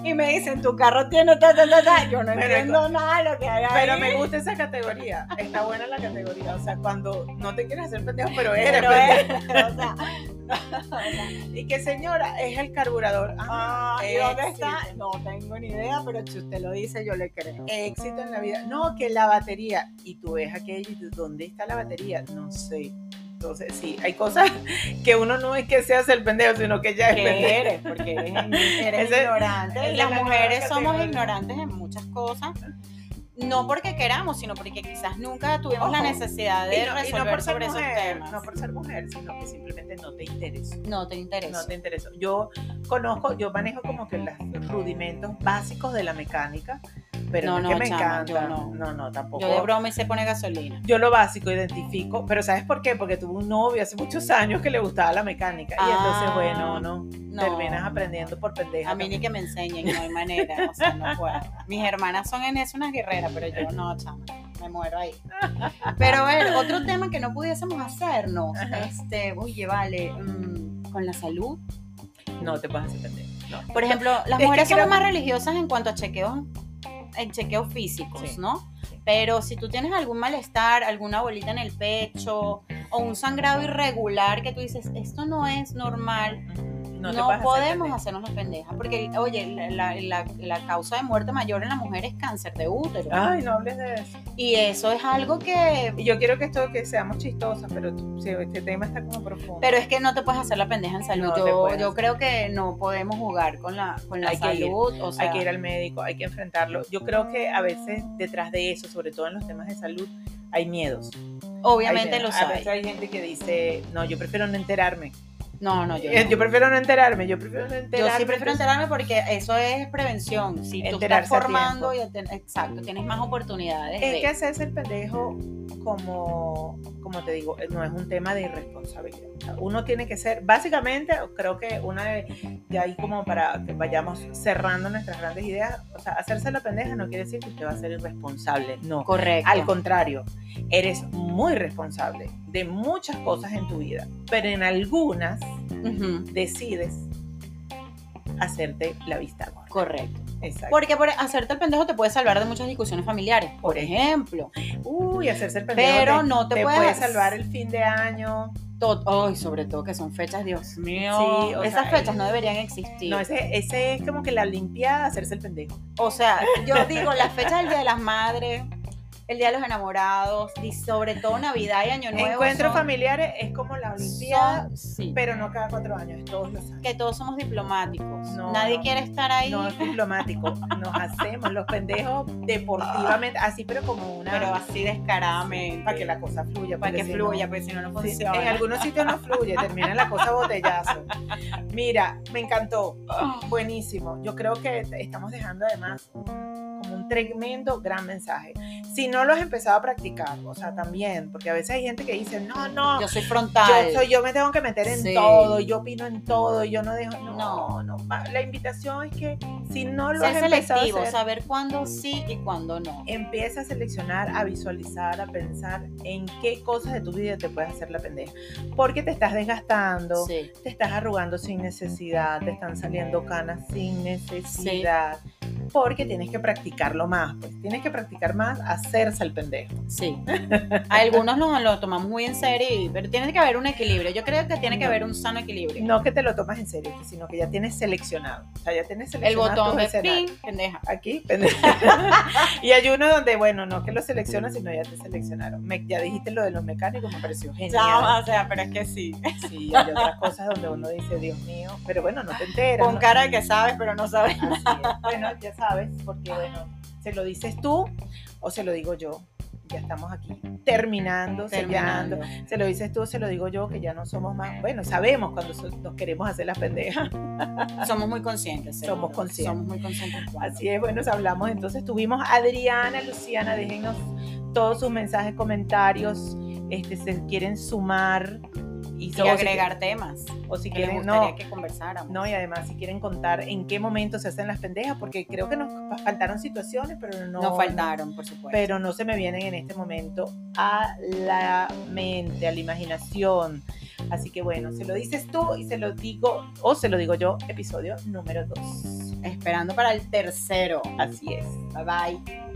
[SPEAKER 1] y me dicen, tu carro tiene ta, ta, ta, ta". Yo no
[SPEAKER 2] Pero-
[SPEAKER 1] entiendo nada de lo que hay ahí.
[SPEAKER 2] Pero me gusta esa categoría. Está buena la categoría. O sea, cuando no te quieres hacer pendejo, pero eres.
[SPEAKER 1] Pero
[SPEAKER 2] pendejo.
[SPEAKER 1] es, o sea,
[SPEAKER 2] Y que señora, es el carburador. Ah,
[SPEAKER 1] ah, ¿y dónde está?
[SPEAKER 2] Existe.
[SPEAKER 1] No tengo ni idea, pero si usted lo dice, yo le creo.
[SPEAKER 2] éxito en la vida. No, que la batería. Y tú ves aquello y tú, ¿dónde está la batería? No sé. Entonces, sí, hay cosas que uno no es que seas el pendejo, sino que ya es pendejo.
[SPEAKER 1] que eres, porque eres, eres
[SPEAKER 2] Ese- esa
[SPEAKER 1] ignorante.
[SPEAKER 2] es
[SPEAKER 1] Y
[SPEAKER 2] la
[SPEAKER 1] las
[SPEAKER 2] nueva
[SPEAKER 1] mujeres somos
[SPEAKER 2] categoría.
[SPEAKER 1] ignorantes en muchas cosas. No porque queramos, sino porque quizás nunca tuvimos la
[SPEAKER 2] Ojo.
[SPEAKER 1] necesidad de
[SPEAKER 2] Y no, y
[SPEAKER 1] resolver
[SPEAKER 2] no por ser
[SPEAKER 1] sobre esos
[SPEAKER 2] mujer,
[SPEAKER 1] temas.
[SPEAKER 2] no por ser mujer, sino que simplemente no te interesó.
[SPEAKER 1] No te
[SPEAKER 2] No
[SPEAKER 1] interesa.
[SPEAKER 2] te interesó. Yo conozco, yo manejo como que los rudimentos básicos de la mecánica, pero
[SPEAKER 1] No,
[SPEAKER 2] no, es
[SPEAKER 1] no,
[SPEAKER 2] que me
[SPEAKER 1] chama, yo
[SPEAKER 2] encanta.
[SPEAKER 1] no.
[SPEAKER 2] No. no, tampoco.
[SPEAKER 1] Yo
[SPEAKER 2] Yo,
[SPEAKER 1] de broma y se pone gasolina.
[SPEAKER 2] lo básico identifico, pero ¿sabes por qué? Porque tuve un novio hace muchos años que le gustaba la mecánica y
[SPEAKER 1] Ah,
[SPEAKER 2] entonces, bueno, no,
[SPEAKER 1] No,
[SPEAKER 2] terminas aprendiendo por pendeja.
[SPEAKER 1] A mí ni que me enseñen, no hay manera. O sea, no puedo. Mis hermanas son en eso unas guerreras, pero yo no, chama. Me muero ahí. Pero a ver, otro tema que no pudiésemos hacernos.
[SPEAKER 2] Ajá.
[SPEAKER 1] Este, oye, vale, mm, con la salud.
[SPEAKER 2] No te puedes hacer pendeja. No.
[SPEAKER 1] Por ejemplo,
[SPEAKER 2] Es
[SPEAKER 1] las
[SPEAKER 2] que
[SPEAKER 1] mujeres
[SPEAKER 2] creo-
[SPEAKER 1] son más religiosas en cuanto a chequeos, en chequeos físicos,
[SPEAKER 2] Sí,
[SPEAKER 1] ¿no?
[SPEAKER 2] sí.
[SPEAKER 1] Pero si tú tienes algún malestar, alguna bolita en el pecho o un sangrado irregular que tú dices, esto no es normal,
[SPEAKER 2] No,
[SPEAKER 1] no,
[SPEAKER 2] te puedes
[SPEAKER 1] podemos
[SPEAKER 2] hacer.
[SPEAKER 1] hacernos las pendejas. Porque, oye, la, la- la- la causa de muerte mayor en la mujer es cáncer de útero.
[SPEAKER 2] pendeja. Ay, no hables de eso.
[SPEAKER 1] Y eso es algo que...
[SPEAKER 2] Y yo quiero que esto, que seamos chistosas, pero tú- sí, este tema está como profundo.
[SPEAKER 1] Pero es que no te puedes hacer la pendeja en salud.
[SPEAKER 2] No te
[SPEAKER 1] yo,
[SPEAKER 2] puedes.
[SPEAKER 1] yo creo que no podemos jugar con la, con la
[SPEAKER 2] Hay que ir.
[SPEAKER 1] salud. o sea,
[SPEAKER 2] hay que ir al médico, hay que enfrentarlo. Yo creo que a veces detrás de eso, sobre todo en los temas de salud, hay miedos.
[SPEAKER 1] obviamente
[SPEAKER 2] Hay Ah,
[SPEAKER 1] lo
[SPEAKER 2] miedos. A
[SPEAKER 1] sabes.
[SPEAKER 2] veces hay gente que dice, no, yo prefiero no enterarme. Eh,
[SPEAKER 1] No, no, yo
[SPEAKER 2] Yo,
[SPEAKER 1] no.
[SPEAKER 2] prefiero no enterarme, yo prefiero no enterarme.
[SPEAKER 1] Yo sí prefiero enterarme porque eso es prevención. Si tú estás
[SPEAKER 2] Enterarse a
[SPEAKER 1] formando, y aten- exacto, tienes más oportunidades.
[SPEAKER 2] Mm. Es
[SPEAKER 1] de-
[SPEAKER 2] que hacerse el pendejo, como, como te digo, no es un tema de irresponsabilidad. O sea, Uno tiene que ser, básicamente, creo que una de, de ahí como para que vayamos cerrando nuestras grandes ideas, o sea, hacerse la pendeja no quiere decir que usted va a ser irresponsable, no.
[SPEAKER 1] Correcto.
[SPEAKER 2] Al contrario, eres muy responsable de muchas cosas en tu vida, pero en algunas
[SPEAKER 1] Ujú,
[SPEAKER 2] decides hacerte la vista gorda.
[SPEAKER 1] Correcto.
[SPEAKER 2] Exacto.
[SPEAKER 1] Porque por hacerte el pendejo te puede salvar de muchas discusiones familiares, por ejemplo.
[SPEAKER 2] Uy, hacerse el pendejo.
[SPEAKER 1] Pero
[SPEAKER 2] te-
[SPEAKER 1] no te,
[SPEAKER 2] te
[SPEAKER 1] puedes
[SPEAKER 2] puede salvar el fin de año.
[SPEAKER 1] to- Ay, sobre todo que son fechas, Dios mío.
[SPEAKER 2] Sí, o
[SPEAKER 1] Esas
[SPEAKER 2] sea,
[SPEAKER 1] fechas no deberían existir.
[SPEAKER 2] No, ese, ese es como que la limpiada de hacerse el pendejo.
[SPEAKER 1] O sea, yo digo, las fechas del Día de las Madres, el Día de los Enamorados, y sobre todo Navidad y Año Nuevo.
[SPEAKER 2] Encuentros
[SPEAKER 1] son-
[SPEAKER 2] familiares es como la limpiada,
[SPEAKER 1] son- sí.
[SPEAKER 2] pero no cada cuatro años, es todos los años.
[SPEAKER 1] que todos somos diplomáticos.
[SPEAKER 2] No,
[SPEAKER 1] Nadie
[SPEAKER 2] no.
[SPEAKER 1] quiere estar ahí,
[SPEAKER 2] No es diplomático, nos hacemos los pendejos deportivamente, así pero como una...
[SPEAKER 1] pero así descaradamente.
[SPEAKER 2] para que la cosa fluya.
[SPEAKER 1] para que
[SPEAKER 2] porque si no-
[SPEAKER 1] fluya, porque si no, no
[SPEAKER 2] Sí, sí,
[SPEAKER 1] funciona.
[SPEAKER 2] en algunos sitios no fluye, termina la cosa botellazo. Mira, me encantó,
[SPEAKER 1] ¡Ah!
[SPEAKER 2] buenísimo. Yo creo que te- estamos dejando además como un tremendo gran mensaje. Si no lo has empezado a practicar, o sea, también, porque a veces hay gente que dice, no, no, yo,
[SPEAKER 1] Yo soy frontal.
[SPEAKER 2] soy, yo me tengo que meter en
[SPEAKER 1] Sí.
[SPEAKER 2] todo, yo opino en todo, yo no dejo, no,
[SPEAKER 1] No.
[SPEAKER 2] no. va- La invitación es que si no lo
[SPEAKER 1] Ser
[SPEAKER 2] has empezado a
[SPEAKER 1] selectivo,
[SPEAKER 2] hacer,
[SPEAKER 1] saber cuándo sí y cuándo no.
[SPEAKER 2] empieza a seleccionar, a visualizar, a pensar en qué cosas de tu vida te puedes hacer la pendeja. Porque te estás desgastando,
[SPEAKER 1] Sí.
[SPEAKER 2] te estás arrugando sin necesidad, te están saliendo canas sin necesidad. Porque tienes que practicarlo más, pues tienes que practicar más hacerse el pendejo.
[SPEAKER 1] Sí. A algunos lo, lo tomamos muy en serio, y- pero tiene que haber un equilibrio. Yo creo que tiene que
[SPEAKER 2] No.
[SPEAKER 1] haber un sano equilibrio.
[SPEAKER 2] No que te lo tomas en serio, sino que ya tienes seleccionado. O sea, ya tienes
[SPEAKER 1] El
[SPEAKER 2] seleccionado
[SPEAKER 1] botón
[SPEAKER 2] tus
[SPEAKER 1] de
[SPEAKER 2] escenarios.
[SPEAKER 1] ping, pendeja.
[SPEAKER 2] Aquí, pendejo. y hay uno donde, bueno, no que lo seleccionas, sino ya te seleccionaron. Me- ya dijiste lo de los mecánicos, me pareció genial.
[SPEAKER 1] Ya, o sea, pero es que sí.
[SPEAKER 2] Sí, hay otras cosas donde uno dice, Dios mío, pero bueno, no te enteras.
[SPEAKER 1] Con
[SPEAKER 2] ¿no?
[SPEAKER 1] cara de que sabes, pero no sabes.
[SPEAKER 2] Así es. Bueno, ya sabes, porque bueno, se lo dices tú o se lo digo yo. ya estamos aquí terminando,
[SPEAKER 1] Terminando.
[SPEAKER 2] sellando. Se lo dices tú, se lo digo yo, que ya no somos más. Bueno, sabemos cuando so- nos queremos hacer las pendejas.
[SPEAKER 1] Somos muy conscientes. seguro.
[SPEAKER 2] Somos conscientes.
[SPEAKER 1] Somos muy conscientes. claro.
[SPEAKER 2] Así es, bueno, nos hablamos. Entonces tuvimos a Adriana, Luciana, déjenos todos sus mensajes, comentarios, este, se quieren sumar y,
[SPEAKER 1] Y
[SPEAKER 2] o si-
[SPEAKER 1] agregar temas
[SPEAKER 2] o si
[SPEAKER 1] que les
[SPEAKER 2] quieren,
[SPEAKER 1] gustaría
[SPEAKER 2] no,
[SPEAKER 1] que conversáramos.
[SPEAKER 2] No, y además si quieren contar en qué momento se hacen las pendejas, porque creo que nos faltaron situaciones, pero no,
[SPEAKER 1] Nos faltaron, por supuesto.
[SPEAKER 2] Pero no se me vienen en este momento a la mente, a la imaginación. Así que bueno, se lo dices tú y se lo digo, o se lo digo yo, episodio número 2.
[SPEAKER 1] Esperando para el tercero.
[SPEAKER 2] Así es.
[SPEAKER 1] Bye bye.